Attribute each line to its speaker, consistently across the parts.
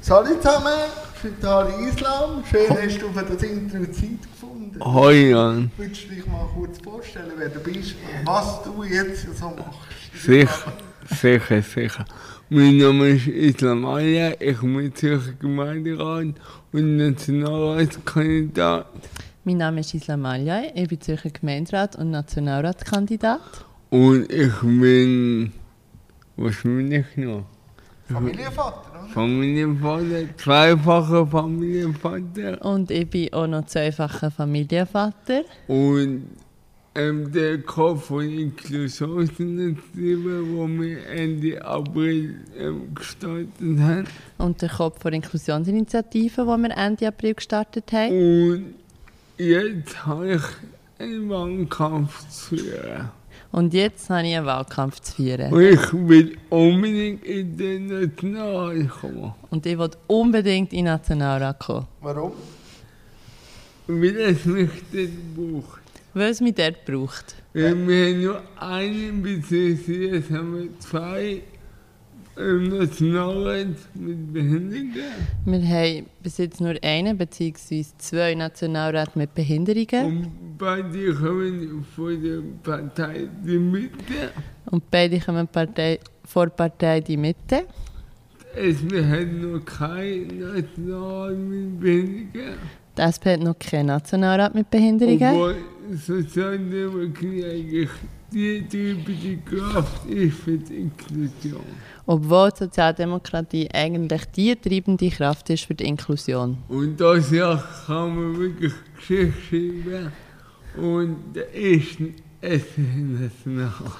Speaker 1: Salut zusammen, Vitali Islam. Schön, hast du für das Interview Zeit gefunden.
Speaker 2: Hoi Jan,
Speaker 1: Würdest du dich mal kurz vorstellen, wer du bist und was du jetzt so machst?
Speaker 2: sicher, sicher, sicher. Mein Name ist Islam Alia, ich bin Zürcher Gemeinderat und Nationalratskandidat.
Speaker 3: Mein Name ist Islam Aljai, ich bin Zürcher Gemeinderat und Nationalratskandidat.
Speaker 2: Und ich bin. Was bin ich noch?
Speaker 1: Familienvater, oder?
Speaker 2: Familienvater, zweifacher Familienvater
Speaker 3: Und ich bin auch noch zweifacher Familienvater.
Speaker 2: und MDK von Inklusionsinitiative, wo wir Ende April ähm, gestartet haben.
Speaker 3: Und der Kopf der Inklusionsinitiative, die wir Ende April gestartet haben.
Speaker 2: Und jetzt habe ich einen Wahlkampf zu führen.
Speaker 3: Und jetzt habe ich einen Wahlkampf zu führen.
Speaker 2: Und ich will unbedingt in den Nationalen kommen.
Speaker 3: Und ich will unbedingt in den Nationalrat kommen,
Speaker 1: Warum?
Speaker 2: Weil es mich dort braucht.
Speaker 3: weil es mich dort braucht.
Speaker 2: Weil wir haben nur einen beziehungsweise jetzt haben wir zwei im Nationalen mit Behinderten.
Speaker 3: Wir haben bis jetzt nur einen bzw. zwei Nationalräte mit Behinderungen.
Speaker 2: Und beide kommen von der Partei Die Mitte.
Speaker 3: Und beide kommen Partei, vor Partei die Mitte.
Speaker 2: Es wir haben noch keinen Nationalen mit Behinderten.
Speaker 3: Die SP hat noch keinen Nationalrat mit Behinderungen.
Speaker 2: Obwohl Sozialdemokratie eigentlich die übliche Kraft ist für die Inklusion.
Speaker 3: Obwohl die Sozialdemokratie eigentlich die treibende Kraft ist für die Inklusion.
Speaker 2: Und das Jahr kann man wirklich Geschichte schreiben. Und da ist es international.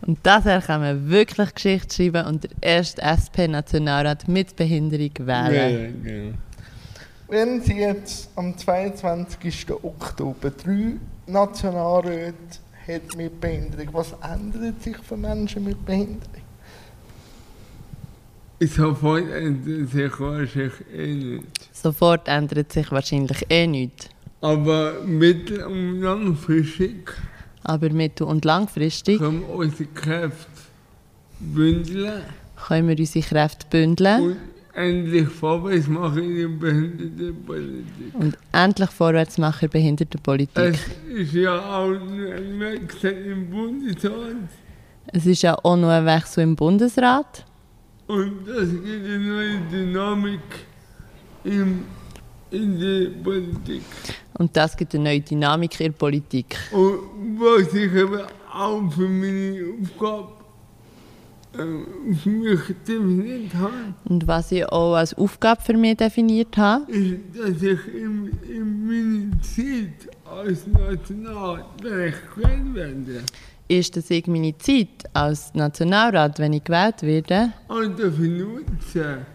Speaker 3: Und deshalb kann man wirklich Geschichte schreiben und der erste SP-Nationalrat mit Behinderung wählen.
Speaker 2: genau.
Speaker 1: Wenn Sie jetzt am 22. Oktober drei Nationalräte hat mit Behinderung, was ändert sich für Menschen mit Behinderung?
Speaker 2: Sofort ändert sich wahrscheinlich eh nichts.
Speaker 3: Sofort ändert sich wahrscheinlich eh nichts.
Speaker 2: Aber mittel- und langfristig
Speaker 3: Aber mittel- und langfristig
Speaker 2: können wir unsere Kräfte bündeln.
Speaker 3: können wir unsere Kräfte bündeln
Speaker 2: Und endlich vorwärts machen in der Behindertenpolitik.
Speaker 3: und endlich vorwärts machen in der Behindertenpolitik.
Speaker 2: Es ist ja auch nur ein Wechsel im Bundesrat
Speaker 3: Es ist ja auch noch ein Wechsel im Bundesrat
Speaker 2: und das gibt eine neue Dynamik im, in der Politik.
Speaker 3: und das gibt eine neue Dynamik in der Politik.
Speaker 2: Und was ich aber auch für meine Aufgabe ähm, für mich definiert habe,
Speaker 3: Und was ich auch als Aufgabe für mich definiert habe,
Speaker 2: ist, dass ich in, in meiner Zeit als Nationalrecht gewählt werde.
Speaker 3: ist, dass ich meine Zeit als Nationalrat, wenn ich gewählt werde,
Speaker 2: Und dafür nutzen,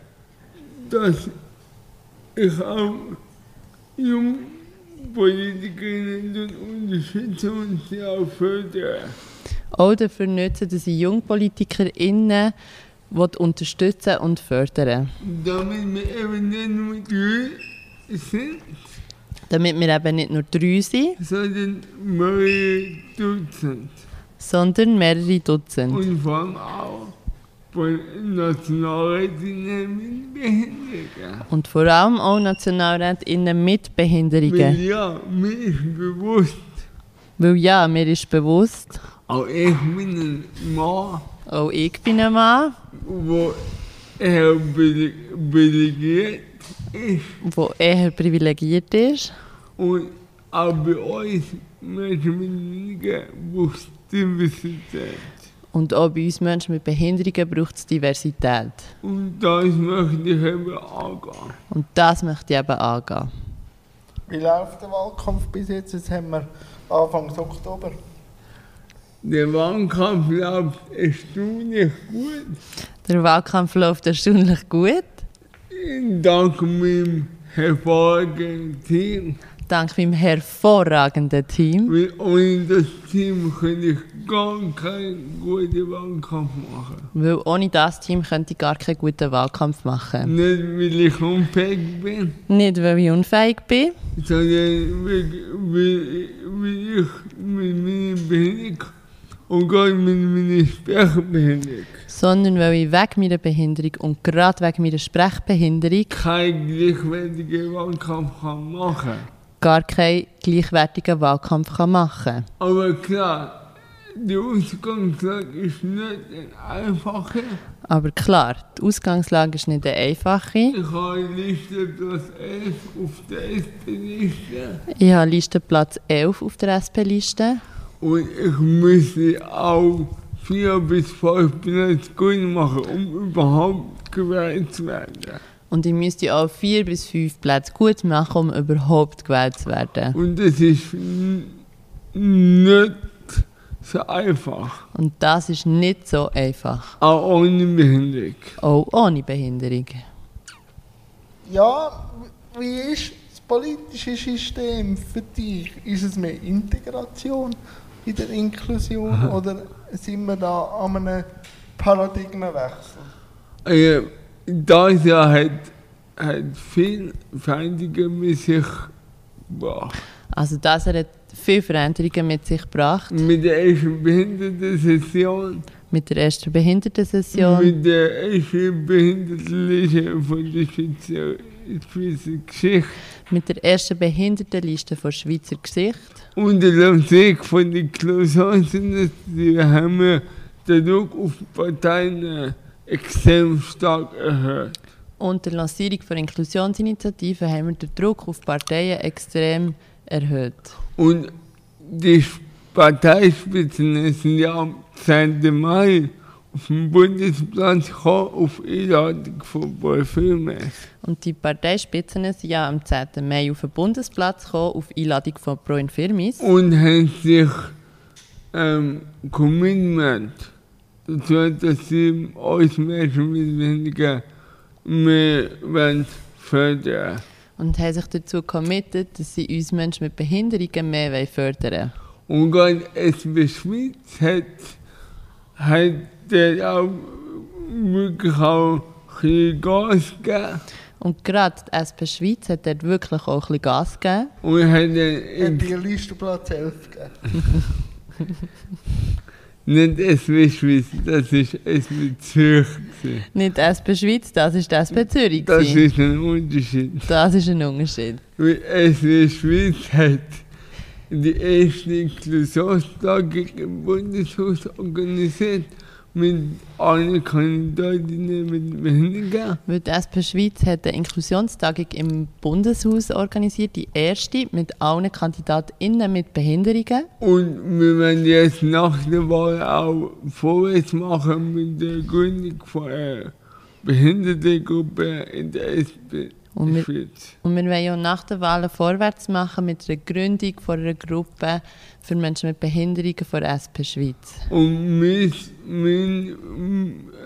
Speaker 2: dass ich auch Jungpolitikerinnen unterstütze und sie auch fördere.
Speaker 3: auch dafür nutze, dass ich JungpolitikerInnen will unterstützen und fördern
Speaker 2: Damit wir eben nicht nur drei sind,
Speaker 3: Damit wir eben nicht nur drei sind,
Speaker 2: sondern mehrere Dutzend.
Speaker 3: sondern mehrere Dutzend.
Speaker 2: Und vor allem auch von Nationalrätinnen mit Behinderungen.
Speaker 3: Und vor allem auch NationalrätInnen mit
Speaker 2: Weil
Speaker 3: Behinderungen.
Speaker 2: ja, mir ist bewusst,
Speaker 3: Weil ja, mir ist bewusst,
Speaker 2: auch ich bin ein Mann,
Speaker 3: auch ich bin ein Mann,
Speaker 2: wo er privilegiert ist.
Speaker 3: der eher privilegiert ist.
Speaker 2: Und auch bei uns Menschen mit weniger Berufsdiversität.
Speaker 3: Und auch bei uns Menschen mit Behinderungen braucht es Diversität.
Speaker 2: Und das möchte ich eben angehen.
Speaker 3: Und das möchte ich eben angehen.
Speaker 1: Wie läuft der Wahlkampf bis jetzt? Jetzt haben wir Anfang Oktober.
Speaker 2: Der Wahlkampf läuft erstaunlich gut.
Speaker 3: Der Wahlkampf läuft erstaunlich gut.
Speaker 2: Ich danke meinem hervorragenden Team.
Speaker 3: Dank meinem hervorragenden Team.
Speaker 2: Weil ohne das Team könnte ich gar keinen guten Wahlkampf machen.
Speaker 3: Weil ohne das Team könnte ich gar keinen guten Wahlkampf machen.
Speaker 2: Nicht weil ich unfähig bin.
Speaker 3: Nicht, weil ich unfähig bin,
Speaker 2: sondern will, will, will ich mit meiner Behinderung und gehe mit meiner Sprechbehinderung.
Speaker 3: sondern weil ich wegen meiner Behinderung und gerade wegen meiner Sprechbehinderung
Speaker 2: keinen gleichwertigen Wahlkampf kann machen kann.
Speaker 3: gar keinen gleichwertigen Wahlkampf kann machen kann.
Speaker 2: Aber klar, die Ausgangslage ist nicht eine einfache.
Speaker 3: Aber klar, die Ausgangslage ist nicht eine einfache.
Speaker 2: Ich habe Liste plus 11 auf der SP-Liste
Speaker 3: Ich habe Listenplatz 11 auf der SP-Liste
Speaker 2: und ich müsste auch 4 bis 5 Plätze gut machen, um überhaupt gewählt zu werden.
Speaker 3: und ich müsste auch vier bis fünf Plätze gut machen, um überhaupt gewählt zu werden.
Speaker 2: Und das ist n- nicht so einfach,
Speaker 3: Und das ist nicht so einfach,
Speaker 2: auch ohne Behinderung.
Speaker 3: auch ohne Behinderung.
Speaker 1: Ja, wie ist das politische System für dich? Ist es mehr Integration in der Inklusion oder sind wir da an einem Paradigmenwechsel?
Speaker 2: Äh, das Jahr hat, hat halt, viel Veränderungen mit sich gebracht.
Speaker 3: Also das hat viele Veränderungen mit sich gebracht.
Speaker 2: Mit der ersten Behindertensession,
Speaker 3: Mit der ersten Behindertensession,
Speaker 2: mit der ersten Behindertenliste von der Schweizer, Schweizer Geschichte
Speaker 3: mit der ersten Behindertenliste von Schweizer Gesicht
Speaker 2: und der Musik von den Klausurensinitiativen haben wir den Druck auf die Parteien äh, extrem stark erhöht.
Speaker 3: und der Lancierung von Inklusionsinitiativen haben wir den Druck auf Parteien extrem erhöht.
Speaker 2: Und die Parteispitzen sind ja am 10. Mai auf dem Bundesplatz gekommen, auf Einladung von Parfümes.
Speaker 3: Und die Parteispitzen sind ja am 10. Mai auf den Bundesplatz gekommen, auf Einladung von Pro Infirmis.
Speaker 2: Und haben sich ähm, Commitment dazu, dass sie uns Menschen mit weniger mehr wollen fördern
Speaker 3: Und haben sich dazu committed, dass sie uns Menschen mit Behinderungen mehr wollen fördern
Speaker 2: Und Gott, es beschwitzt hat, hat der auch wirklich auch ein bisschen Gas gegeben.
Speaker 3: Und gerade die SP Schweiz hat dort wirklich auch ein bisschen Gas gegeben.
Speaker 2: Und hat dann
Speaker 1: Hat
Speaker 2: in-
Speaker 1: dir Listenplatz 11 gegeben?
Speaker 2: nicht SW Schweiz, das ist SW Zürich. gewesen.
Speaker 3: Nicht die SP Schweiz, das ist die SP Zürich.
Speaker 2: Das
Speaker 3: gewesen.
Speaker 2: ist ein Unterschied.
Speaker 3: das ist ein Unterschied.
Speaker 2: Weil SW Schweiz hat die erste Inklusionstage im Bundeshaus organisiert mit allen Kandidatinnen mit Behinderungen.
Speaker 3: Weil die SP Schweiz hat eine Inklusionstagung im Bundeshaus organisiert, die erste mit allen KandidatInnen mit Behinderungen.
Speaker 2: Und wir werden jetzt nach der Wahl auch vorwärts machen mit der Gründung von einer Behindertengruppe in der SP.
Speaker 3: Und wir-
Speaker 2: Schweiz.
Speaker 3: Und wir wollen ja nach den Wahlen vorwärts machen mit der Gründung von einer Gruppe für Menschen mit Behinderungen von der SP Schweiz.
Speaker 2: Und mein, mein,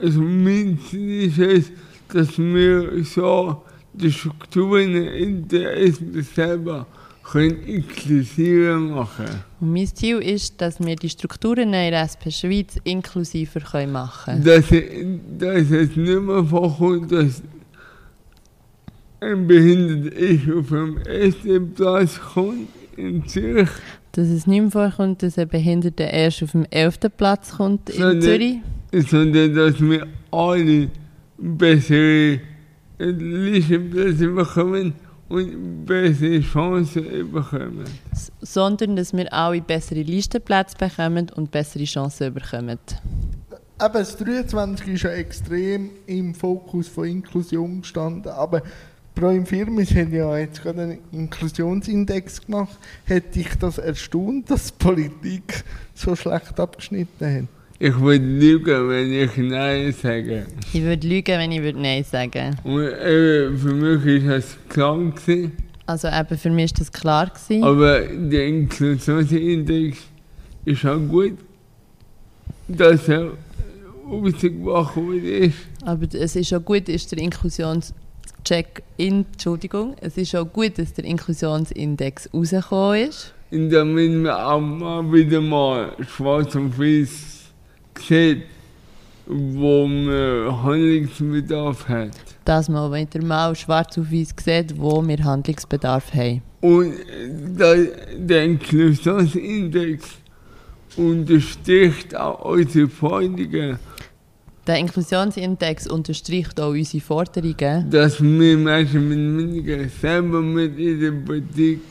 Speaker 2: also mein Ziel ist es, dass wir so die Strukturen in der SP selber können inklusiver machen
Speaker 3: Und mein Ziel ist, dass wir die Strukturen in der SP Schweiz inklusiver können machen können.
Speaker 2: Dass, es- dass es nicht mehr vorkommt, dass ein Behinderter ist auf dem ersten Platz kommt in Zürich,
Speaker 3: Dass es nicht mehr vorkommt, dass ein Behinderter erst auf dem 11. Platz kommt in
Speaker 2: Sondern-
Speaker 3: Zürich.
Speaker 2: sondern dass wir alle bessere Listenplätze bekommen und bessere Chancen bekommen.
Speaker 3: S- sondern dass wir alle bessere Listenplätze bekommen und bessere Chancen bekommen.
Speaker 1: Eben, das 23 ist ja extrem im Fokus von Inklusion gestanden, aber Pro Infirmis hat ja jetzt gerade einen Inklusionsindex gemacht. Hat dich das erstaunt, dass die Politik so schlecht abgeschnitten hat?
Speaker 2: Ich würde lügen, wenn ich Nein sage.
Speaker 3: Ich würde lügen, wenn ich würde Nein sagen
Speaker 2: Und eben, für mich war das klar. Gewesen.
Speaker 3: Also eben, für mich war das klar. Gewesen.
Speaker 2: Aber der Inklusionsindex ist schon gut, dass er rausgebracht wurde.
Speaker 3: Aber es ist auch gut, ist der Inklusionscheck, Entschuldigung, es ist auch gut, dass der Inklusionsindex rausgekommen ist.
Speaker 2: Und damit man auch mal wieder mal schwarz und weiß sieht, wo man Handlungsbedarf hat.
Speaker 3: Dass man wieder mal schwarz auf weiß sieht, wo wir Handlungsbedarf haben.
Speaker 2: Und da, der Inklusionsindex unterstricht auch unsere Forderungen,
Speaker 3: Der Inklusionsindex unterstreicht auch unsere Forderungen.
Speaker 2: dass wir Menschen mit Minderheit selber mit ihrer Politik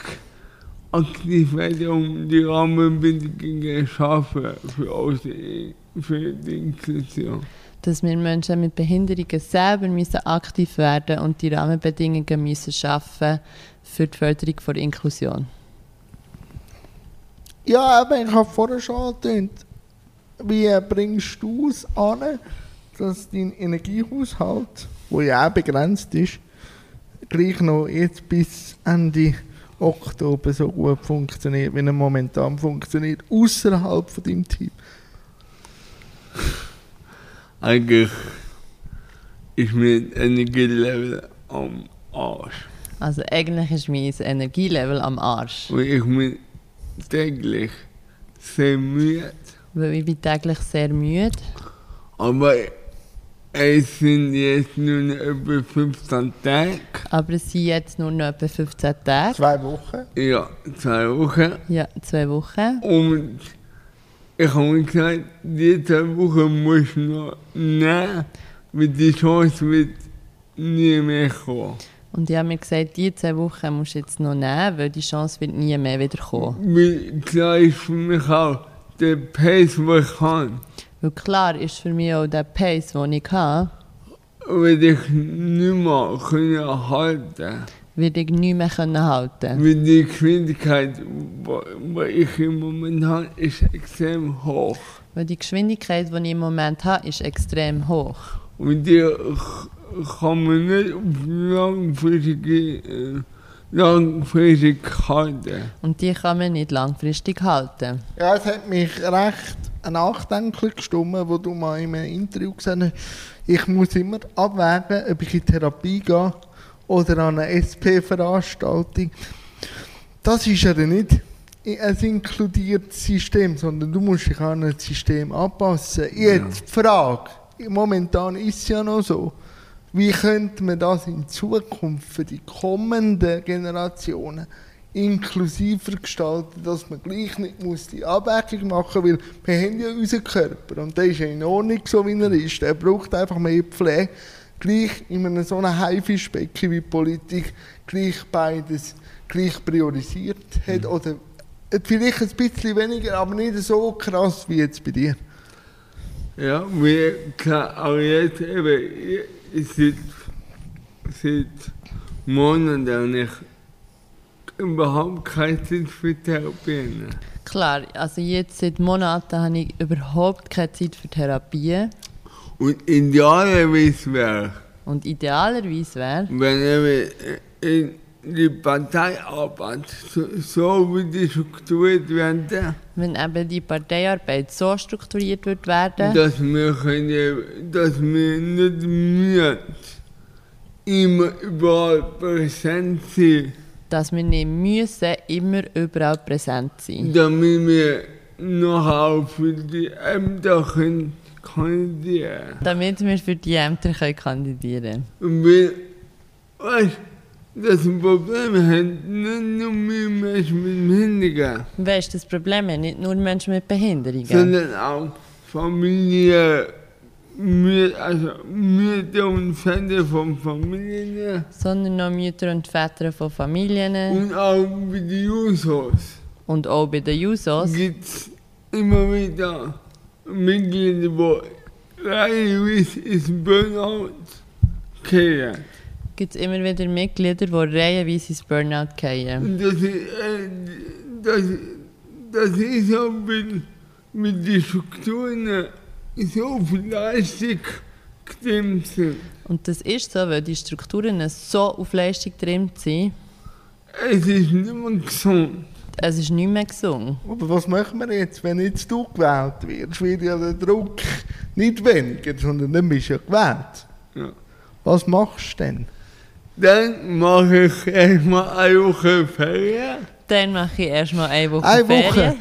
Speaker 2: aktiv werden und um die Rahmenbedingungen schaffen für unsere für die Inklusion.
Speaker 3: Dass wir Menschen mit Behinderungen selber müssen aktiv werden und die Rahmenbedingungen müssen schaffen für die Förderung von Inklusion.
Speaker 1: Ja, eben, ich habe vorher schon angetönt. Wie äh, bringst du es an, dass dein Energiehaushalt, der ja auch begrenzt ist, gleich noch jetzt bis Ende Oktober so gut funktioniert, wie er momentan funktioniert, außerhalb von deinem Team?
Speaker 2: Eigentlich ist mir das Energielevel am Arsch.
Speaker 3: Also eigentlich ist mein Energielevel am Arsch.
Speaker 2: Und ich bin täglich sehr müde,
Speaker 3: Weil ich bin täglich sehr müde.
Speaker 2: aber es sind jetzt nur noch etwa 15 Tage.
Speaker 3: Aber es sind jetzt nur noch etwa 15 Tage.
Speaker 1: Zwei Wochen?
Speaker 2: Ja, zwei Wochen.
Speaker 3: Ja, zwei Wochen.
Speaker 2: Und ich habe mir gesagt, die zwei Wochen muss ich noch nehmen, weil die Chance wird nie mehr kommen.
Speaker 3: Und ich habe mir gesagt, die zwei Wochen musst du jetzt noch nehmen, weil die Chance wird nie mehr wieder kommen.
Speaker 2: Weil klar ist für mich auch der Pace, den ich kann.
Speaker 3: Weil klar ist für mich auch der Pace, den ich habe,
Speaker 2: Weil ich nicht mehr können halten kann.
Speaker 3: werde ich nicht mehr können halten.
Speaker 2: Weil die Geschwindigkeit, die ich im Moment habe, ist extrem hoch.
Speaker 3: Weil die Geschwindigkeit, die ich im Moment habe, ist extrem hoch.
Speaker 2: Und die k- kann man nicht auf langfristige, äh, langfristig halten.
Speaker 3: Und die kann man nicht langfristig halten.
Speaker 1: Ja, es hat mich recht nachdenklich gestimmt, wo du mal in einem Interview gesagt hast, ich muss immer abwägen, ob ich in Therapie gehe oder an eine SP-Veranstaltung. Das ist ja dann nicht ein inkludiertes System, sondern du musst dich an ein System anpassen. Jetzt die Frage, momentan ist es ja noch so, wie könnte man das in Zukunft für die kommenden Generationen inklusiver gestalten, dass man gleich nicht muss die Abwägung machen weil wir haben ja unseren Körper und der ist ja in Ordnung, so wie er ist. Der braucht einfach mehr Pflege. Gleich in einem so einem Haifischbecken wie die Politik gleich beides gleich priorisiert hat oder vielleicht ein bisschen weniger, aber nicht so krass wie jetzt bei dir.
Speaker 2: Ja, wir kann auch jetzt eben, ich- seit, seit Monaten habe ich überhaupt keine Zeit für ne? Therapien.
Speaker 3: Klar, also jetzt seit Monaten habe ich überhaupt keine Zeit für Therapie.
Speaker 2: Und idealerweise wäre,
Speaker 3: Und idealerweise wäre,
Speaker 2: wenn eben äh, in die Parteiarbeit so, so wie die strukturiert werden,
Speaker 3: wenn eben die Parteiarbeit so strukturiert wird werden,
Speaker 2: Dass wir, können, dass wir nicht müde immer überall präsent sind,
Speaker 3: dass wir nicht müssen immer überall präsent sein.
Speaker 2: damit wir nachher auch für die Ämter können äh, kandidieren
Speaker 3: Damit wir für die Ämter können kandidieren
Speaker 2: können. Wir, weißt das Problem haben nicht nur wir Menschen mit Behinderungen,
Speaker 3: können. Weißt du, das Problem haben nicht nur Menschen mit Behinderungen,
Speaker 2: sondern auch Familien, Mütter- also Mütter und Väter von Familien. äh,
Speaker 3: sondern auch Mütter und Väter von Familien
Speaker 2: Und auch bei den Jusos
Speaker 3: und auch bei den Jusos
Speaker 2: gibt es immer wieder Mitglieder, die regelmäßig ins Burnout kehren.
Speaker 3: gibt es immer wieder Mitglieder, die reihenweise ins Burnout fallen.
Speaker 2: Und das ist, äh, das, das ist auch mit, mit den Strukturen ne, so fleißig gestimmt sind.
Speaker 3: Und das ist so, weil die Strukturen so auf Leistung getrimmt sind,
Speaker 2: Es ist nicht mehr gesund.
Speaker 3: es ist nicht mehr gesund.
Speaker 1: Aber was machen wir jetzt, wenn jetzt du gewählt wirst? Wird ja der Druck nicht weniger, sondern dann bist du ja gewählt.
Speaker 2: Ja.
Speaker 1: Was machst du denn?
Speaker 2: Dann mache ich erstmal eine Woche Ferien.
Speaker 3: Dann mache ich erstmal eine Woche
Speaker 1: Eine Woche?
Speaker 3: Ferien.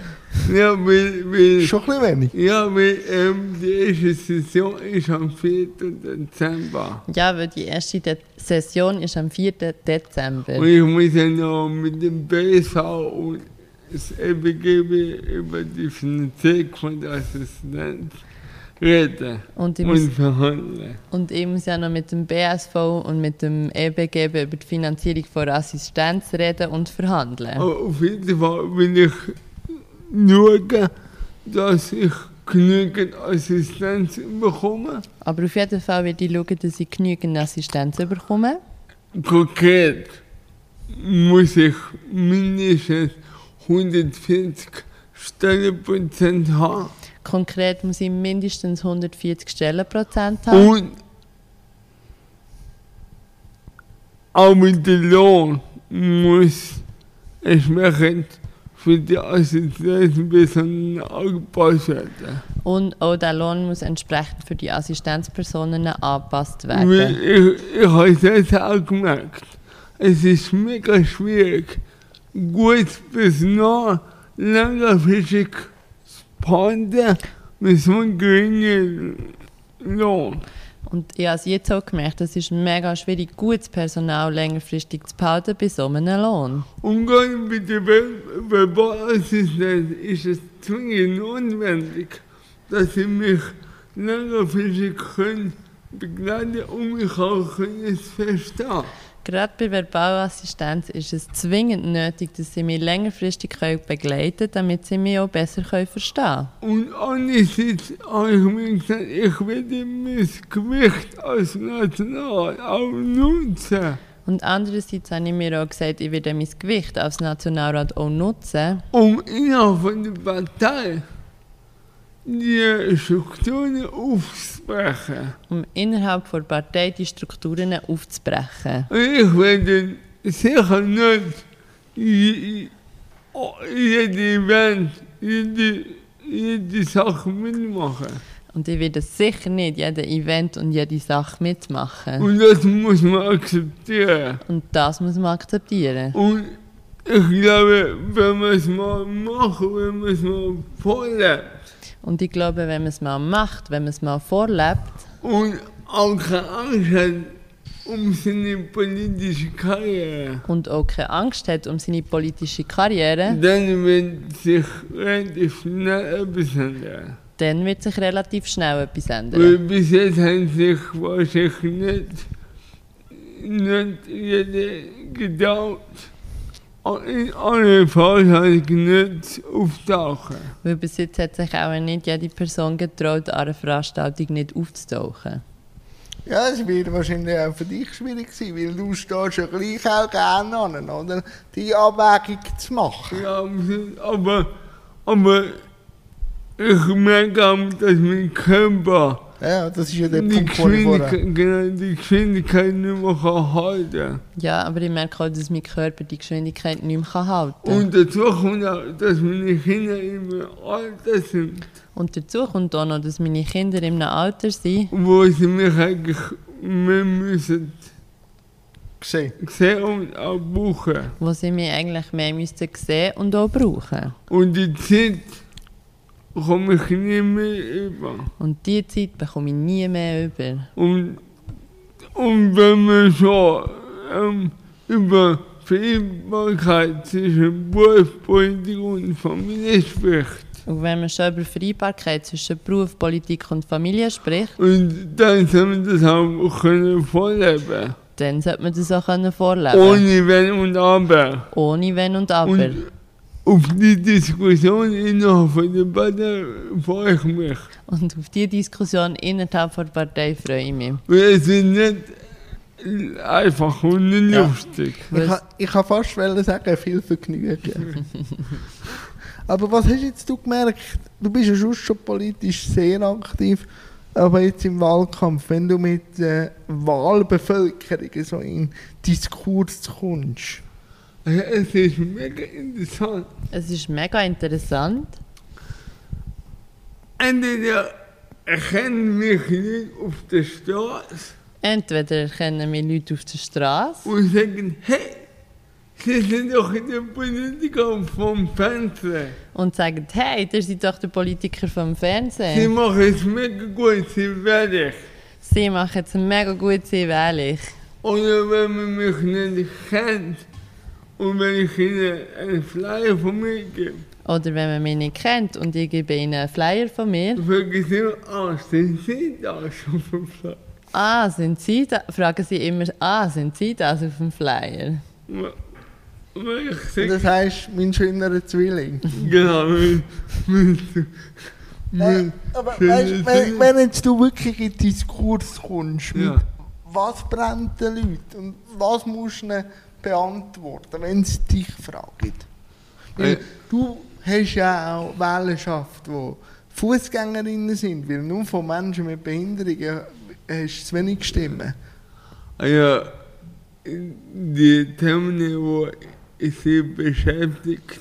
Speaker 2: Ja, weil, weil
Speaker 1: Schon ein bisschen wenig.
Speaker 2: Ja, weil ähm, die erste Session ist am 4. Dezember.
Speaker 3: Ja, weil die erste De Session ist am 4. Dezember.
Speaker 2: Und ich muss ja noch mit dem BSV und das EBGB über die Finanzierung von der Assistenz reden
Speaker 3: Und ich, muss,
Speaker 2: und verhandeln.
Speaker 3: und ich muss ja noch mit dem BSV und mit dem EBGB über die Finanzierung von Assistenz reden und verhandeln.
Speaker 1: Oh.
Speaker 2: Aber auf jeden Fall will ich schauen, dass ich genügend Assistenz bekomme.
Speaker 3: Aber auf jeden Fall werde ich schauen, dass ich genügend Assistenz bekomme.
Speaker 2: Konkret muss ich mindestens 140 Stellenprozent haben
Speaker 3: Konkret muss ich mindestens 140 Stellenprozent haben.
Speaker 2: und aber der Lohn muss entsprechend für die Assistenz besonders angepasst werden.
Speaker 3: Und auch der Lohn muss entsprechend für die Assistenzpersonen angepasst werden.
Speaker 2: Weil Ich, ich habe das auch gemerkt. Es ist mega schwierig, gut bis nah längerfristig zu behandeln mit so einem geringen Lohn.
Speaker 3: Und ich habe es jetzt auch gemerkt, es ist mega schwierig, gutes Personal längerfristig zu behalten bei so einem Lohn.
Speaker 2: Umgang mit der Ver- Verbalassistenz ist es zwingend notwendig, dass sie mich längerfristig können begleiten und mich auch können verstehen
Speaker 3: Gerade bei Verbalassistenz ist es zwingend nötig, dass sie mich längerfristig können begleiten können, damit sie mich auch besser können verstehen
Speaker 2: Und andererseits habe ich mir gesagt, ich werde mein Gewicht als National auch nutzen.
Speaker 3: Und andererseits habe ich mir auch gesagt, ich werde mein Gewicht als Nationalrat auch nutzen.
Speaker 2: Und innerhalb von der Partei die Strukturen aufzubrechen.
Speaker 3: um innerhalb der Partei die Strukturen aufzubrechen.
Speaker 2: Und ich werde sicher nicht je- jede Event, jede, jede Sache mitmachen.
Speaker 3: Und ich werde sicher nicht jeden Event und jede Sache mitmachen.
Speaker 2: Und das muss man akzeptieren.
Speaker 3: Und das muss man akzeptieren.
Speaker 2: Und ich glaube, wenn man es mal macht, wenn man es mal vorlebt
Speaker 3: Und ich glaube, wenn man es mal macht, wenn man es mal vorlebt
Speaker 2: und auch keine Angst hat um seine politische Karriere,
Speaker 3: und auch keine Angst hat um seine politische Karriere,
Speaker 2: dann wird sich relativ schnell etwas ändern.
Speaker 3: dann wird sich relativ schnell etwas
Speaker 2: Weil
Speaker 3: ändern.
Speaker 2: bis jetzt haben sich wahrscheinlich nicht, nicht jeder gedacht, in allen Fallhäusern nicht auftauchen.
Speaker 3: Weil bis jetzt hat sich auch nicht jede Person getraut, an einer Veranstaltung nicht aufzutauchen.
Speaker 1: Ja, es wird wahrscheinlich auch für dich schwierig sein, weil du stehst ja gleich auch gerne an, oder? Die Abwägung zu machen.
Speaker 2: Ja, absolut. aber, aber ich merke auch, dass mein Körper
Speaker 1: Ja, das ist ja der
Speaker 2: die
Speaker 1: Punkt, den ich vorher...
Speaker 2: Geschwindigkeit, genau, die Geschwindigkeit nicht mehr kann halten
Speaker 3: Ja, aber ich merke auch, dass mein Körper die Geschwindigkeit nicht mehr kann halten kann.
Speaker 2: Und dazu kommt auch, dass meine Kinder immer älter sind,
Speaker 3: Und dazu kommt auch noch, dass meine Kinder im Alter sind,
Speaker 2: wo sie mich eigentlich mehr müssen
Speaker 1: Gesehen.
Speaker 2: sehen und auch buchen.
Speaker 3: wo sie mich eigentlich mehr müssten sehen und auch brauchen.
Speaker 2: Und die Zeit komme ich nie mehr über.
Speaker 3: Und diese Zeit bekomme ich nie mehr über.
Speaker 2: Und, und wenn man schon ähm, über Vereinbarkeit zwischen Beruf, Politik und Familie spricht,
Speaker 3: Und wenn man schon über Vereinbarkeit zwischen Beruf, Politik und Familie spricht,
Speaker 2: und dann soll man das auch können vorleben
Speaker 3: dann sollte man das auch können vorleben können.
Speaker 2: Ohne Wenn und Aber.
Speaker 3: Ohne Wenn und Aber.
Speaker 2: Und auf die Diskussion innerhalb von der Debatte freue ich mich.
Speaker 3: Und auf diese Diskussion innerhalb der Partei freue ich mich.
Speaker 2: Weil es ist nicht einfach und nicht
Speaker 1: Ja.
Speaker 2: lustig.
Speaker 1: Ich,
Speaker 3: Was-
Speaker 1: ha- ich kann fast wollen sagen, viel Vergnügen. aber was hast jetzt du gemerkt? Du bist ja sonst schon politisch sehr aktiv, aber jetzt im Wahlkampf, wenn du mit der Wahlbevölkerung so in Diskurs kommst.
Speaker 2: Es ist mega interessant.
Speaker 3: Es ist mega interessant.
Speaker 2: Entweder erkennen mich nicht auf der Straße
Speaker 3: Entweder erkennen mich Leute auf der Straße
Speaker 2: und sagen, hey, Sie sind doch der Politiker vom Fernsehen.
Speaker 3: und sagen, hey, ihr seid doch der Politiker vom
Speaker 1: Äh.
Speaker 3: Fernsehen.
Speaker 2: Sie machen es mega gut, sie werden.
Speaker 3: Sie machen es mega gut, sie wähle ich.
Speaker 2: Oder wenn man mich nicht kennt Und wenn ich ihnen einen Flyer von mir gebe,
Speaker 3: Oder wenn man mich nicht kennt und ich gebe ihnen einen Flyer von mir.
Speaker 2: fragen sie immer, ah, sind sie da schon vom Flyer?
Speaker 3: Ah, sind Sie da? Fragen sie immer, ah, sind Sie das auf dem Flyer?
Speaker 2: Und Wenn ich
Speaker 1: Und
Speaker 2: sage,
Speaker 1: das heisst, mein schönerer Zwilling.
Speaker 2: genau, mit, mit,
Speaker 1: Äh,
Speaker 2: mit,
Speaker 1: aber
Speaker 2: schöner
Speaker 1: weißt, wenn,
Speaker 2: Zwilling.
Speaker 1: wenn jetzt du wirklich in den Diskurs kommst, mit
Speaker 2: Ja.
Speaker 1: was brennt den Leuten und was musst du ihnen beantworten, wenn sie dich fragen? Weil
Speaker 2: Äh.
Speaker 1: du hast ja auch Wählerschaft, wo Fußgängerinnen sind, weil nur von Menschen mit Behinderungen hast du zu wenig Stimmen.
Speaker 2: ja, die Themen, die sie beschäftigt,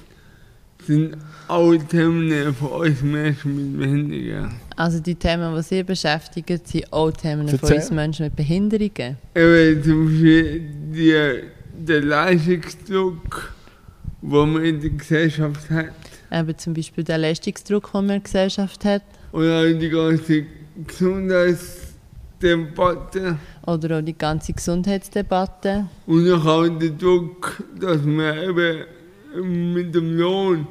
Speaker 2: sind alle Themen von uns Menschen mit Behinderungen.
Speaker 3: Also die Themen, die Sie beschäftigen, sind auch Themen von
Speaker 1: Erzähl.
Speaker 3: uns Menschen mit Behinderungen.
Speaker 2: Eben zum Beispiel die, der Leistungsdruck, den man in der Gesellschaft hat.
Speaker 3: Eben zum Beispiel der Leistungsdruck, den man in der Gesellschaft hat.
Speaker 2: Und auch die ganze Gesundheitsdebatte.
Speaker 3: Oder auch die ganze Gesundheitsdebatte.
Speaker 2: Und auch auch der Druck, dass man eben mit dem Lohn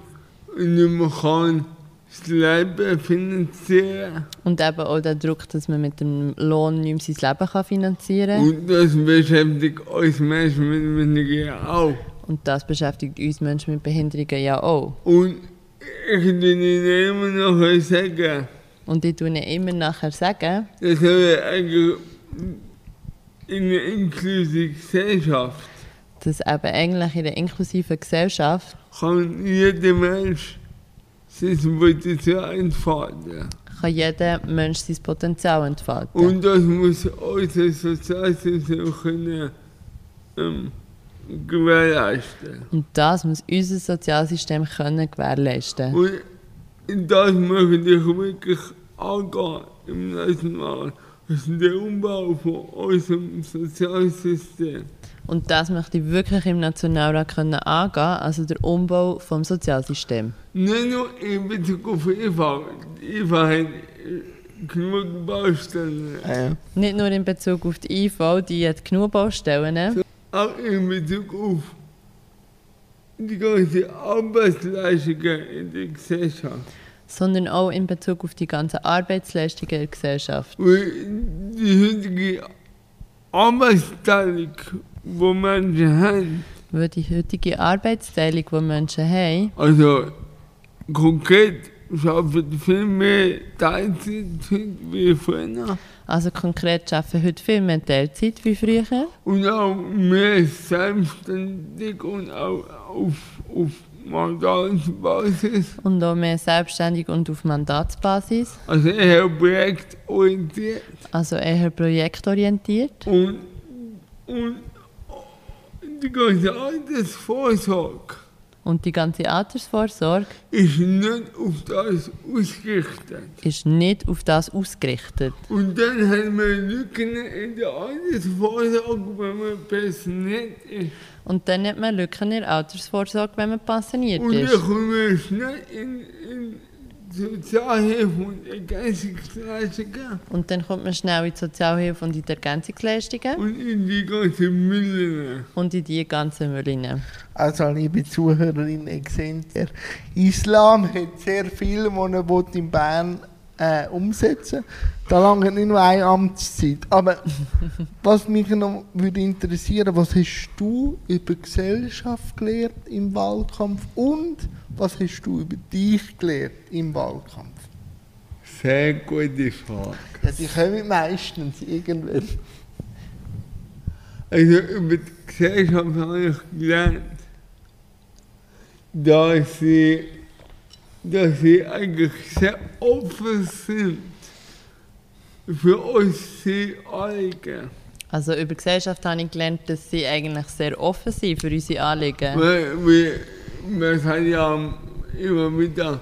Speaker 2: nicht mehr kann das Leben finanzieren
Speaker 3: Und eben auch der Druck, dass man mit dem Lohn nicht mehr sein Leben kann finanzieren kann.
Speaker 2: Und das beschäftigt uns Menschen mit Behinderungen auch.
Speaker 3: Und das beschäftigt uns Menschen mit Behinderungen ja auch.
Speaker 2: Und ich will Ihnen immer noch sagen,
Speaker 3: Und ich tue ihnen immer nachher sagen,
Speaker 2: Das haben wir eigentlich in einer inklusiven Gesellschaft.
Speaker 3: dass eben eigentlich in einer inklusiven Gesellschaft
Speaker 2: Kann jeder Mensch sein Potenzial entfalten.
Speaker 3: kann jeder Mensch sein Potenzial entfalten.
Speaker 2: Und das muss unser Sozialsystem können, ähm, gewährleisten.
Speaker 3: Und das muss unser Sozialsystem können gewährleisten
Speaker 2: Und das möchte ich wirklich angehen im nächsten Mal. Das ist der Umbau von unserem Sozialsystem.
Speaker 3: Und das möchte ich wirklich im Nationalrat können angehen, also der Umbau vom Sozialsystem.
Speaker 2: Nicht nur in Bezug auf Eva. Eva hat äh, genug Baustellen.
Speaker 1: Äh.
Speaker 3: Nicht nur in Bezug auf die IV, die hat genug Baustellen,
Speaker 2: Auch in Bezug auf die ganze Arbeitsleistungen in der Gesellschaft.
Speaker 3: sondern auch in Bezug auf die ganzen Arbeitsleistungen in der Gesellschaft.
Speaker 2: Weil die heutige Arbeitsteilung, die Menschen haben,
Speaker 3: Weil die heutige Arbeitsteilung, die Menschen haben,
Speaker 2: also konkret arbeiten viel mehr Teilzeit heute wie früher.
Speaker 3: also konkret arbeiten heute viel mehr Teilzeit wie früher.
Speaker 2: und auch mehr selbstständig und auch auf, auf Mandatsbasis.
Speaker 3: Und auch mehr selbstständig und auf Mandatsbasis,
Speaker 2: Also eher projektorientiert
Speaker 3: also eher projektorientiert.
Speaker 2: und, und die ganze Altersvorsorge
Speaker 3: Und die ganze Altersvorsorge
Speaker 2: ist nicht auf das ausgerichtet.
Speaker 3: ist nicht auf das ausgerichtet.
Speaker 2: Und dann haben wir Lücken in der Altersvorsorge, wenn man pensioniert ist.
Speaker 3: Und dann hat man Lücken in der Altersvorsorge, wenn man pensioniert
Speaker 2: Und dann
Speaker 3: ist.
Speaker 2: kommen wir schnell in, in Sozialhilfe und Ergänzungsleistungen.
Speaker 3: Und dann kommt man schnell in die Sozialhilfe und in die Ergänzungsleistungen
Speaker 2: Und in die ganze Mülle.
Speaker 3: und in die ganzen Müllinen.
Speaker 1: Also, liebe Zuhörerinnen, ihr seht, der Islam hat sehr viel, was er will in Bern äh, umsetzen will. Da lange nicht nur eine Amtszeit. Aber was mich noch würde interessieren, was hast du über Gesellschaft gelernt im Wahlkampf und was hast du über dich gelernt im Wahlkampf?
Speaker 2: Sehr gute Frage.
Speaker 1: Ja, die kommen meistens irgendwann.
Speaker 2: Also über die Gesellschaft habe ich gelernt, dass sie, dass sie eigentlich sehr offen sind für uns Anliegen.
Speaker 3: Also über die Gesellschaft habe ich gelernt, dass sie eigentlich sehr offen sind für unsere Anliegen.
Speaker 2: Weil wir, wir sind ja immer wieder,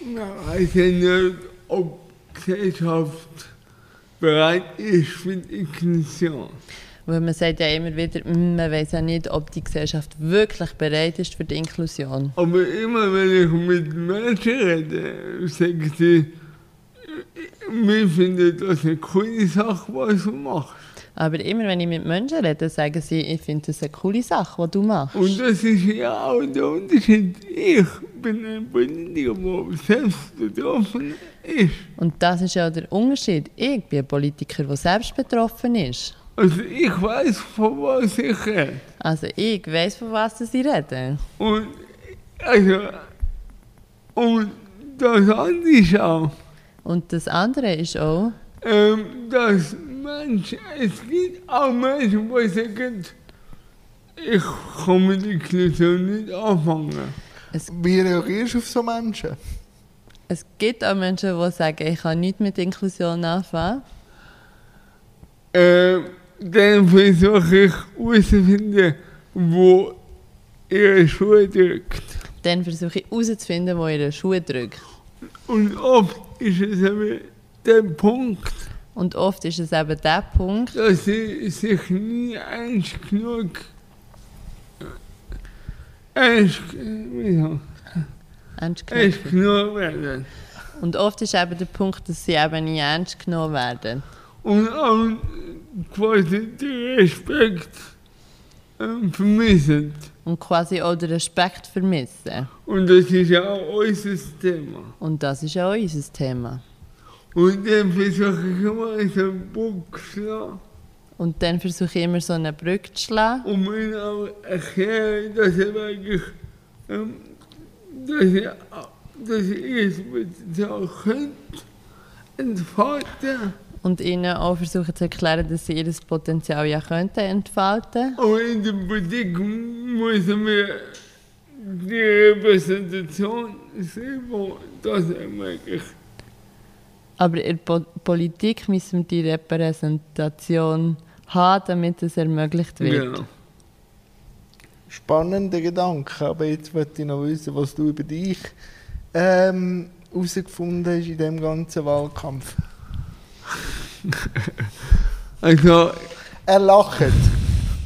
Speaker 2: ich weiß ja nicht, ob die Gesellschaft bereit ist für die Inklusion.
Speaker 3: Weil man sagt ja immer wieder, «Hm, man weiß ja nicht, ob die Gesellschaft wirklich bereit ist für die Inklusion.
Speaker 2: Aber immer wenn ich mit Menschen rede, äh, sagen sie, wir finden das eine coole Sache, was du machst.
Speaker 3: Aber immer, wenn ich mit Menschen rede, sagen sie, ich finde das eine coole Sache, die du machst.
Speaker 2: Und das ist ja auch der Unterschied. Ich bin ein Politiker, der selbst betroffen ist.
Speaker 3: Und das ist ja der Unterschied. Ich bin ein Politiker, der selbst betroffen ist.
Speaker 2: Also ich weiß, von was ich rede.
Speaker 3: Also ich weiß, von was sie reden.
Speaker 2: Und, also, und das andere ist auch,
Speaker 3: Und das andere ist auch,
Speaker 2: ähm, dass Menschen, es gibt auch Menschen, die sagen, ich kann mit Inklusion nicht anfangen.
Speaker 1: Wie reagierst du auf so Menschen?
Speaker 3: es gibt auch Menschen, die sagen, ich kann nichts mit Inklusion anfangen.
Speaker 2: Ähm, dann versuche ich herauszufinden, wo ihre Schuhe drückt.
Speaker 3: Dann versuche ich herauszufinden, wo ihre Schuhe drückt.
Speaker 2: Und oft ist es eben der Punkt,
Speaker 3: Und oft ist es eben der Punkt,
Speaker 2: dass sie sich nie ernst genug ernst, ja,
Speaker 3: ernst
Speaker 2: ernst
Speaker 3: genommen wird.
Speaker 2: genug werden.
Speaker 3: Und oft ist eben der Punkt, dass sie eben nicht ernst genommen werden.
Speaker 2: Und auch quasi den Respekt ähm, vermissen.
Speaker 3: Und quasi auch den Respekt vermissen.
Speaker 2: Und das ist ja auch unser Thema.
Speaker 3: Und das ist auch unser Thema.
Speaker 2: Und dann versuche ich immer so einen Bock zu schlagen,
Speaker 3: Und dann versuche ich immer so eine Brücke zu schlagen
Speaker 2: um ihnen auch erklären, dass ich wirklich, ähm, dass ich, dass ich es mit so könnte entfalten.
Speaker 3: und ihnen auch versuche zu erklären, dass sie ihr Potenzial ja könnten entfalten
Speaker 2: Aber in der Politik müssen wir die Repräsentation selber das ermöglichen.
Speaker 3: Aber in der po Politik müssen wir die Repräsentation haben, damit es ermöglicht wird.
Speaker 2: Genau.
Speaker 1: Spannende Gedanken, aber jetzt möchte ich noch wissen, was du über dich ähm, herausgefunden hast in dem ganzen Wahlkampf.
Speaker 2: Also,
Speaker 1: Er lacht.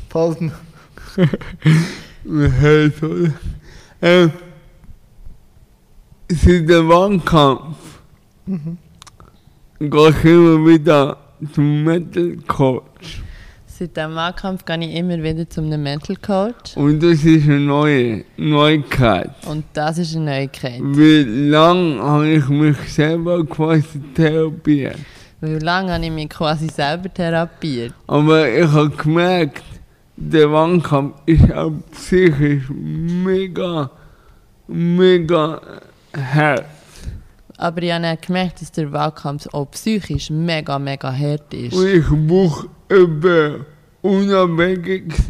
Speaker 1: Falls noch-
Speaker 2: man hört, oder? Ähm, seit dem Wahlkampf gehe ich immer wieder zum Metal Coach.
Speaker 3: Seit dem Wahlkampf gehe ich immer wieder zu einem Mental Coach
Speaker 2: Und das ist eine neue Neuigkeit.
Speaker 3: und das ist eine Neuigkeit.
Speaker 2: Wie lange habe ich mich selber quasi therapiert?
Speaker 3: Weil lange habe ich mich quasi selber therapiert.
Speaker 2: Aber ich habe gemerkt, der Wahlkampf ist auch psychisch mega, mega hart.
Speaker 3: Aber ich habe dann gemerkt, dass der Wahlkampf auch psychisch mega, mega
Speaker 2: Und
Speaker 3: hart ist.
Speaker 2: ich brauche über Unabhängiges,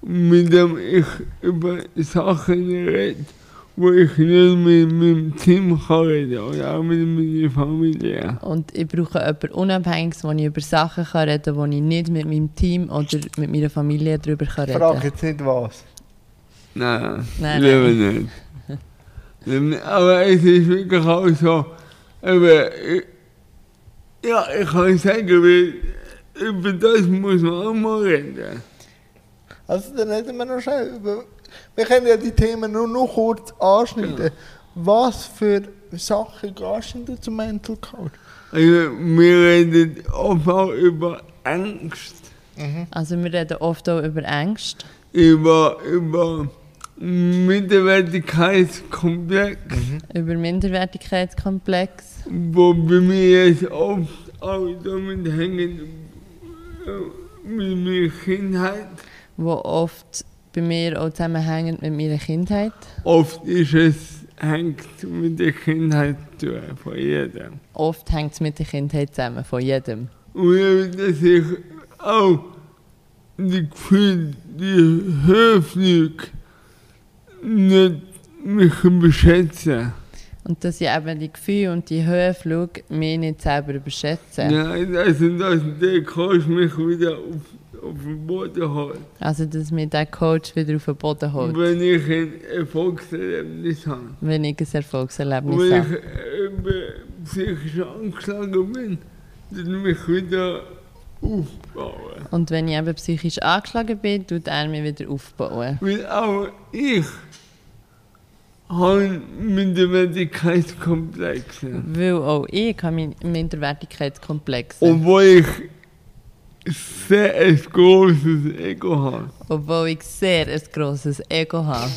Speaker 2: mit dem ich über Sachen rede, wo ich nicht mit meinem Team kann reden oder auch mit meiner Familie.
Speaker 3: Und ich brauche jemanden Unabhängiges, wo ich über Sachen kann reden kann, die ich nicht mit meinem Team oder mit meiner Familie darüber kann reden
Speaker 1: frag jetzt nicht was.
Speaker 2: Nein,
Speaker 3: Nein,
Speaker 2: lieber
Speaker 3: nein.
Speaker 2: nicht. Lieber nicht. Aber es ist wirklich auch so, eben, ich- ja, ich kann sagen, weil über das muss man auch mal reden.
Speaker 1: Also dann reden wir noch schnell über... Wir können ja die Themen nur noch kurz anschneiden. Was für Sachen gehst denn du zum Mental Coach?
Speaker 2: Also, wir reden oft auch über Angst,
Speaker 3: Also wir reden oft auch über Ängste,
Speaker 2: über, über Minderwertigkeitskomplex,
Speaker 3: über Minderwertigkeitskomplex,
Speaker 2: wo bei mir jetzt oft auch damit hängen, äh, mit meiner Kindheit.
Speaker 3: wo oft bei mir auch zusammenhängend mit meiner Kindheit.
Speaker 2: Oft ist es, hängt mit der Kindheit zu tun, von jedem.
Speaker 3: Oft hängt es mit der Kindheit zusammen, von jedem.
Speaker 2: Und eben, dass ich auch die Gefühle, die Höflichkeit nicht mich beschätze.
Speaker 3: Und dass ich eben die Gefühle und die Höhe schaue, mich nicht selber überschätze.
Speaker 2: Nein, also dass der Coach mich wieder auf, auf den Boden holt.
Speaker 3: Also dass mich der Coach wieder auf den Boden holt,
Speaker 2: Wenn ich ein Erfolgserlebnis habe.
Speaker 3: wenn ich ein
Speaker 2: Und
Speaker 3: Erfolgserlebnis
Speaker 2: wenn
Speaker 3: habe.
Speaker 2: ich eben psychisch angeschlagen bin, dann mich wieder aufbauen.
Speaker 3: Und wenn ich eben psychisch angeschlagen bin, tut er mich wieder aufbauen.
Speaker 2: Weil auch ich habe Minderwertigkeitskomplexe.
Speaker 3: Weil auch ich habe meinen Minderwertigkeitskomplex.
Speaker 2: Obwohl ich sehr ein großes Ego habe.
Speaker 3: Obwohl ich sehr ein grosses Ego habe.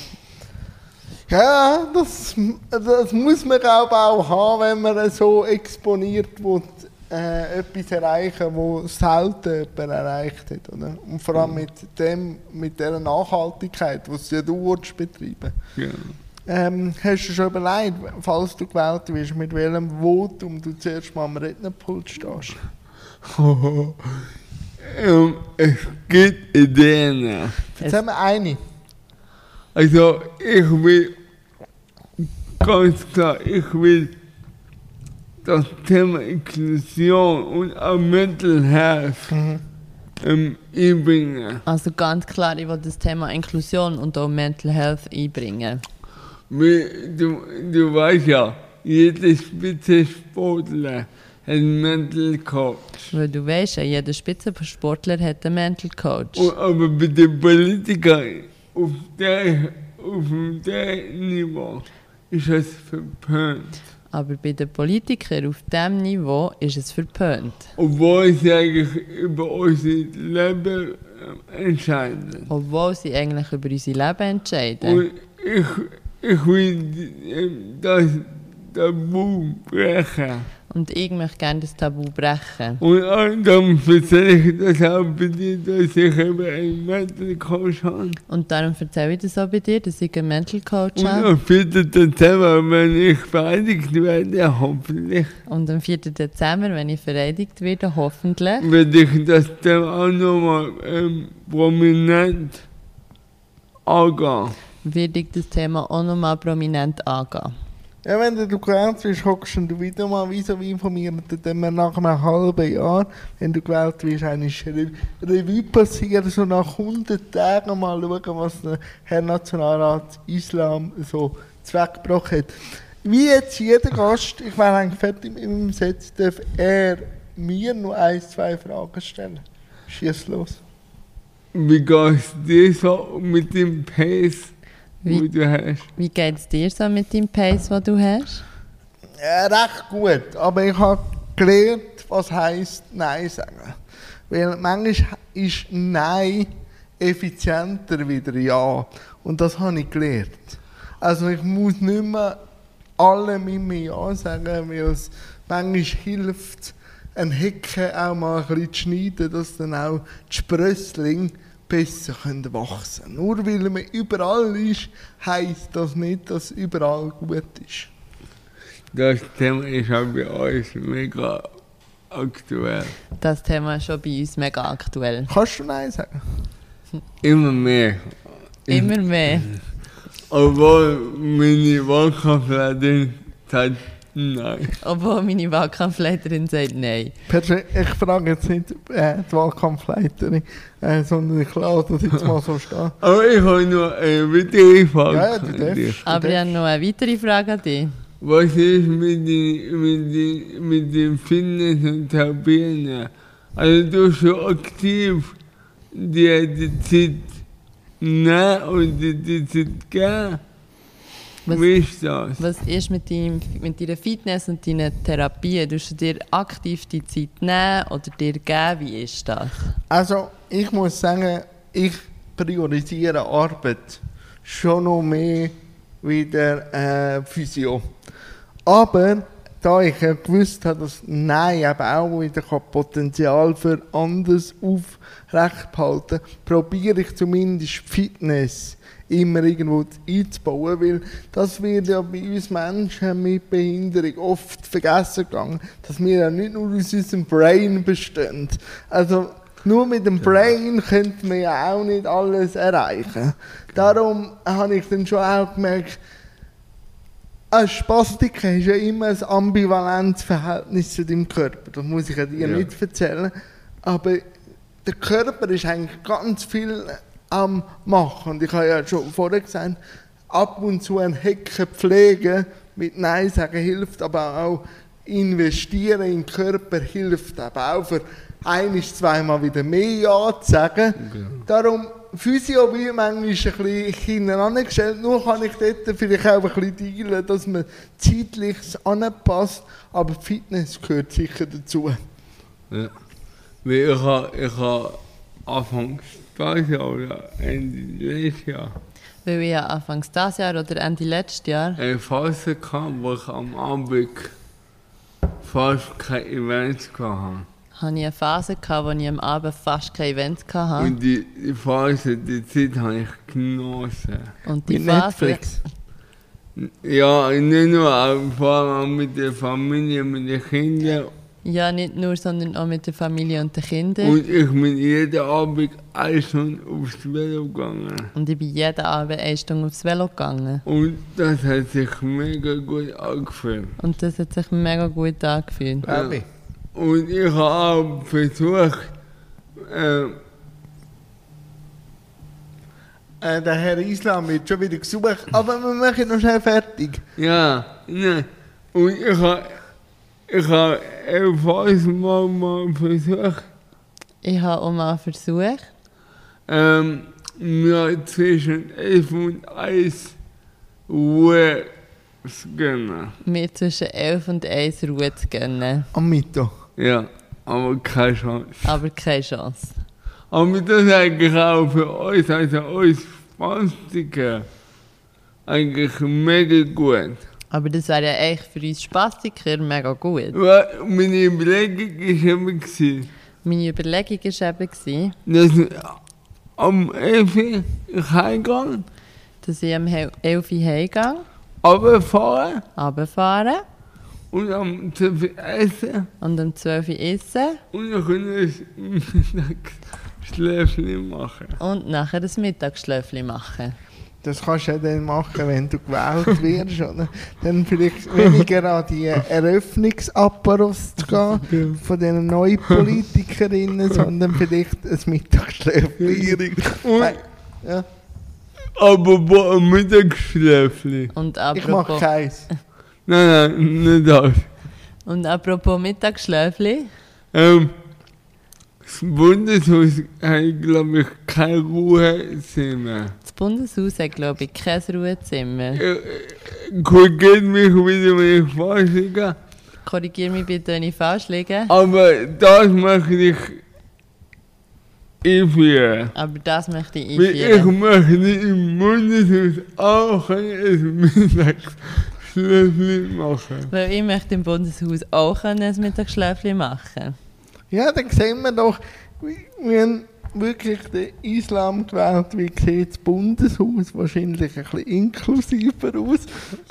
Speaker 1: Ja, das, das muss man glaub auch haben, wenn man so exponiert wird, äh, etwas erreichen, was selten jemand erreicht hat. Oder? Und vor allem mit, dem, mit dieser Nachhaltigkeit, was ja du willst betreiben
Speaker 2: Genau.
Speaker 1: ähm, Hast du schon überlegt, falls du gewählt wirst, mit welchem Votum du zuerst mal am Rednerpult stehst?
Speaker 2: Ähm, es gibt Ideen.
Speaker 1: Jetzt haben wir eine.
Speaker 2: Also ich will ganz klar, ich will das Thema Inklusion und auch Mental Health ähm, einbringen.
Speaker 3: Also ganz klar, ich will das Thema Inklusion und auch Mental Health einbringen.
Speaker 2: Wie- Du, du weißt ja, jeder Spitzensportler hat einen Mental Coach.
Speaker 3: Weil du weißt ja, jeder Spitzensportler hat einen Mental Coach.
Speaker 2: Und, aber bei den Politikern auf, um der, um auf dem Niveau ist es verpönt.
Speaker 3: Aber bei den Politikern auf diesem Niveau ist es verpönt.
Speaker 2: Obwohl sie eigentlich über unser Leben ähm, entscheiden.
Speaker 3: Obwohl sie eigentlich über unser Leben entscheiden.
Speaker 2: Und ich, ich will ähm, das Tabu brechen.
Speaker 3: Und ich möchte gerne das Tabu brechen.
Speaker 2: Und anderem erzähle ich das auch bei dir, dass ich eben einen Mental Coach habe.
Speaker 3: Und darum erzähle ich das auch bei dir, dass ich einen Mental Coach
Speaker 2: Und
Speaker 3: habe.
Speaker 2: am 4. Dezember, wenn ich vereidigt werde, hoffentlich,
Speaker 3: Und am 4. Dezember, wenn ich vereidigt werde, hoffentlich,
Speaker 2: werde ich das Thema auch nochmal ähm, prominent angehen.
Speaker 3: werde ich das Thema auch nochmal prominent angehen.
Speaker 1: Ja, wenn du gewählt wirst, hockst du wieder mal wie so wie von mir, und dann tun wir nach einem halben Jahr, wenn du gewählt wirst, eine Re Revue passieren, so nach 100 Tagen mal schauen, was der Herr Nationalrat Islam so zweckgebracht hat. Wie jetzt jeder Gast, ich wäre eigentlich fertig mit meinem Satz, darf er mir nur ein, zwei Fragen stellen. Schieß los.
Speaker 2: Wie geht's dir so mit dem Pace,
Speaker 3: Wie-
Speaker 2: wie du hast?
Speaker 3: Wie geht es dir so mit dem Pace, den du hast?
Speaker 1: Ja, recht gut, aber ich habe gelernt, was heißt Nein sagen. Weil manchmal ist Nein effizienter wieder Ja. Und das habe ich gelernt. Also ich muss nicht mehr allem immer Ja sagen, weil es manchmal hilft, ein Hecken auch mal ein bisschen zu schneiden, dass dann auch die Sprösslinge besser können wachsen können. Nur weil man überall ist, heisst das nicht, dass überall gut ist.
Speaker 2: Das Thema ist auch bei uns mega aktuell.
Speaker 3: Das Thema ist schon bei uns mega aktuell.
Speaker 1: Kannst du Nein sagen?
Speaker 2: Immer mehr.
Speaker 3: Immer mehr.
Speaker 2: Obwohl meine Wahlkampfleitung sagt nein.
Speaker 3: Obwohl meine Wahlkampfleiterin sagt nein.
Speaker 1: Perso- Ich frage jetzt nicht äh, die Wahlkampfleiterin, äh, sondern ich lasse das jetzt mal so stehen.
Speaker 2: Aber ich habe noch eine weitere
Speaker 1: Ja, ja,
Speaker 2: Frage
Speaker 1: du
Speaker 2: an dich.
Speaker 1: darfst.
Speaker 3: Aber
Speaker 1: du
Speaker 3: ich
Speaker 1: darfst.
Speaker 3: habe noch eine weitere Frage an dich.
Speaker 2: Was ist mit, den, mit, den, mit dem Fitness und Tabellen? Also du bist so aktiv, dir die Zeit nehmen und dir die Zeit geben.
Speaker 3: Was-
Speaker 2: Wie ist das?
Speaker 3: Was ist mit, deinem, mit deiner Fitness und deiner Therapie? Tust du dir aktiv die Zeit nehmen oder dir geben? Wie ist das?
Speaker 1: Also, ich muss sagen, ich priorisiere Arbeit schon noch mehr wie der äh, Physio. Aber da ich ja gewusst habe, dass Nein eben auch wieder kann Potenzial für anderes aufrecht behalten probiere ich zumindest Fitness immer irgendwo einzubauen, weil das wird ja bei uns Menschen mit Behinderung oft vergessen gegangen, dass wir ja nicht nur aus unserem Brain bestehen. Also nur mit dem Brain könnte man ja auch nicht alles erreichen. Darum habe ich dann schon auch gemerkt, ein Spastiker ist ja immer ein ambivalentes Verhältnis zu deinem Körper. Das muss ich ja dir
Speaker 2: Ja.
Speaker 1: nicht erzählen. Aber der Körper ist eigentlich ganz viel am Machen. Und ich habe ja schon vorher gesagt, ab und zu ein Hecken pflegen mit Nein sagen hilft, aber auch investieren in den Körper hilft aber auch für ein- zweimal wieder mehr Ja zu sagen. Darum Physio wie manchmal ein bisschen hineinangestellt. Nur kann ich dort vielleicht auch ein bisschen dealen, dass man zeitlich anpasst. Aber Fitness gehört sicher dazu.
Speaker 2: Ja. Weil ich habe ich ha Anfang dieses Jahr oder Ende letztes Jahr
Speaker 3: Weil ich ja anfangs dieses Jahr oder Ende letztes Jahr
Speaker 2: eine Phase hatte, wo ich am Abend fast kein Event hatte.
Speaker 3: hatte ich eine Phase, gehabt, wo ich am Abend fast kein Event hatte.
Speaker 2: Und die, die Phase, die Zeit habe ich genossen.
Speaker 3: Und die
Speaker 1: Mit
Speaker 3: Phase,
Speaker 1: Netflix.
Speaker 2: Ja, nicht nur, aber vor allem mit der Familie, mit den Kindern.
Speaker 3: ja nicht nur, sondern auch mit der Familie und den Kindern.
Speaker 2: Und ich bin jeden Abend eine Stunde aufs Velo gegangen.
Speaker 3: Und ich bin jeden Abend eine Stunde aufs Velo gegangen.
Speaker 2: Und das hat sich mega gut angefühlt.
Speaker 3: Und das hat sich mega gut angefühlt.
Speaker 2: Ja.
Speaker 1: Baby.
Speaker 2: Und ich habe auch versucht, äh,
Speaker 1: Äh, der Herr Islam wird schon wieder gesucht, aber wir machen noch schnell fertig.
Speaker 2: ja, ne. Und ich habe ich habe ebenfalls mal, mal versucht,
Speaker 3: Ich habe auch mal versucht,
Speaker 2: ähm, mir zwischen 11 und 1 Ruhe zu gönnen.
Speaker 3: mir zwischen 11 und 1 Ruhe zu gönnen.
Speaker 1: Am Mittag.
Speaker 2: Ja, aber keine Chance.
Speaker 3: Aber keine Chance.
Speaker 2: Aber mit das eigentlich auch für euch, also euch Spastiker, eigentlich mega gut.
Speaker 3: Aber das wäre ja eigentlich für uns Spastiker mega gut.
Speaker 2: Weil meine Überlegung war immer, gewesen,
Speaker 3: Meine Überlegung war eben, gewesen,
Speaker 2: dass ich am 11. Uhr ich heimgehe,
Speaker 3: dass ich am Hel- 11 Uhr heimgehe,
Speaker 2: runterfahre
Speaker 3: runterfahre
Speaker 2: und am 12. Uhr essen
Speaker 3: und am 12 Uhr essen
Speaker 2: und dann können wir ein Mittagsschläfchen machen.
Speaker 3: und nachher ein Mittagsschläfchen machen.
Speaker 1: Das kannst du ja dann machen, wenn du gewählt wirst, oder? Dann vielleicht weniger an die Eröffnungsaperos zu gehen, von diesen neuen Politikerinnen, sondern vielleicht ein Mittagsschläfchen.
Speaker 2: Und
Speaker 1: Ja,
Speaker 2: apropos ein Mittagsschläfchen.
Speaker 3: Und
Speaker 1: ich mache
Speaker 3: apropos,
Speaker 1: keins.
Speaker 2: Nein, nein, nicht das.
Speaker 3: und apropos Mittagsschläfchen,
Speaker 2: Ähm, das Bundeshaus hat, glaube ich, keine Ruhezimmer.
Speaker 3: das Bundeshaus hat, glaube ich, kein Ruhezimmer.
Speaker 2: Eh, Korrigiert mich wieder, wenn ich falsch liege.
Speaker 3: Korrigiere mich bitte, wenn ich falsch liege.
Speaker 2: Aber das möchte ich einführen.
Speaker 3: Aber das möchte ich
Speaker 2: Weil ich
Speaker 3: einführen.
Speaker 2: möchte im Bundeshaus auch ein Mittagsschläfchen machen.
Speaker 3: Weil ich möchte im Bundeshaus auch können ein Mittagsschläfchen machen
Speaker 1: Ja, dann sehen wir doch, wie- wenn wirklich der Islam gewählt wird, sieht das Bundeshaus wahrscheinlich ein bisschen inklusiver aus.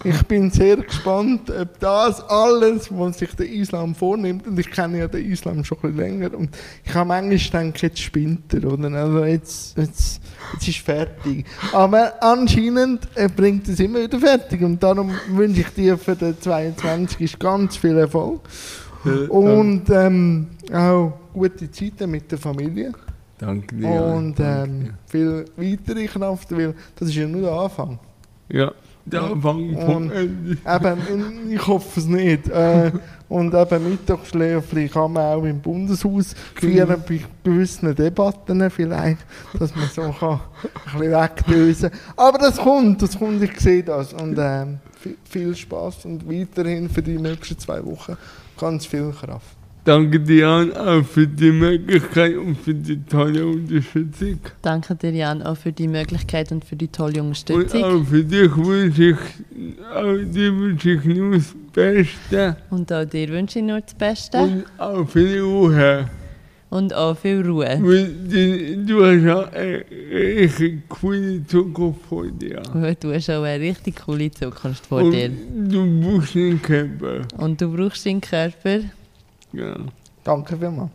Speaker 1: Ich bin sehr gespannt, ob das alles, was sich der Islam vornimmt, und ich kenne ja den Islam schon ein bisschen länger, und ich habe manchmal gedacht, jetzt spinnt er, oder? Also jetzt, jetzt, jetzt ist fertig. Aber anscheinend äh, bringt es immer wieder fertig, und darum wünsche ich dir für den 22. ganz viel Erfolg. Und ähm, auch gute Zeiten mit der Familie.
Speaker 2: danke dir.
Speaker 1: und ähm, viel weitere Kraft, weil das ist ja nur der Anfang.
Speaker 2: ja, der Anfang vom
Speaker 1: Und-
Speaker 2: Ende.
Speaker 1: Eben, ich hoffe es nicht. Äh, und eben Mittagsschläfchen kann man auch im Bundeshaus führen, bei gewissen Debatten vielleicht, dass man so kann ein bisschen wegdösen Aber das kommt, das kommt, ich sehe das. Und ähm, viel, viel Spaß und weiterhin für die nächsten zwei Wochen ganz viel Kraft.
Speaker 2: Danke Diane auch für die Möglichkeit und für die tolle Unterstützung.
Speaker 3: Danke dir, Jan, auch für die Möglichkeit und für die tolle
Speaker 2: Und
Speaker 3: Unterstützung.
Speaker 2: auch für dich wünsche ich, auch dir wünsche ich nur das Beste
Speaker 3: Und auch dir wünsche ich nur das Beste.
Speaker 2: und auch viel Ruhe.
Speaker 3: Und auch viel Ruhe.
Speaker 2: Weil die- du hast auch eine richtig coole Zukunft vor dir.
Speaker 3: Weil du hast auch eine richtig coole Zukunft vor dir.
Speaker 2: Und du brauchst den Körper.
Speaker 3: Und du brauchst deinen Körper.
Speaker 2: Ja.
Speaker 1: Danke vielmals.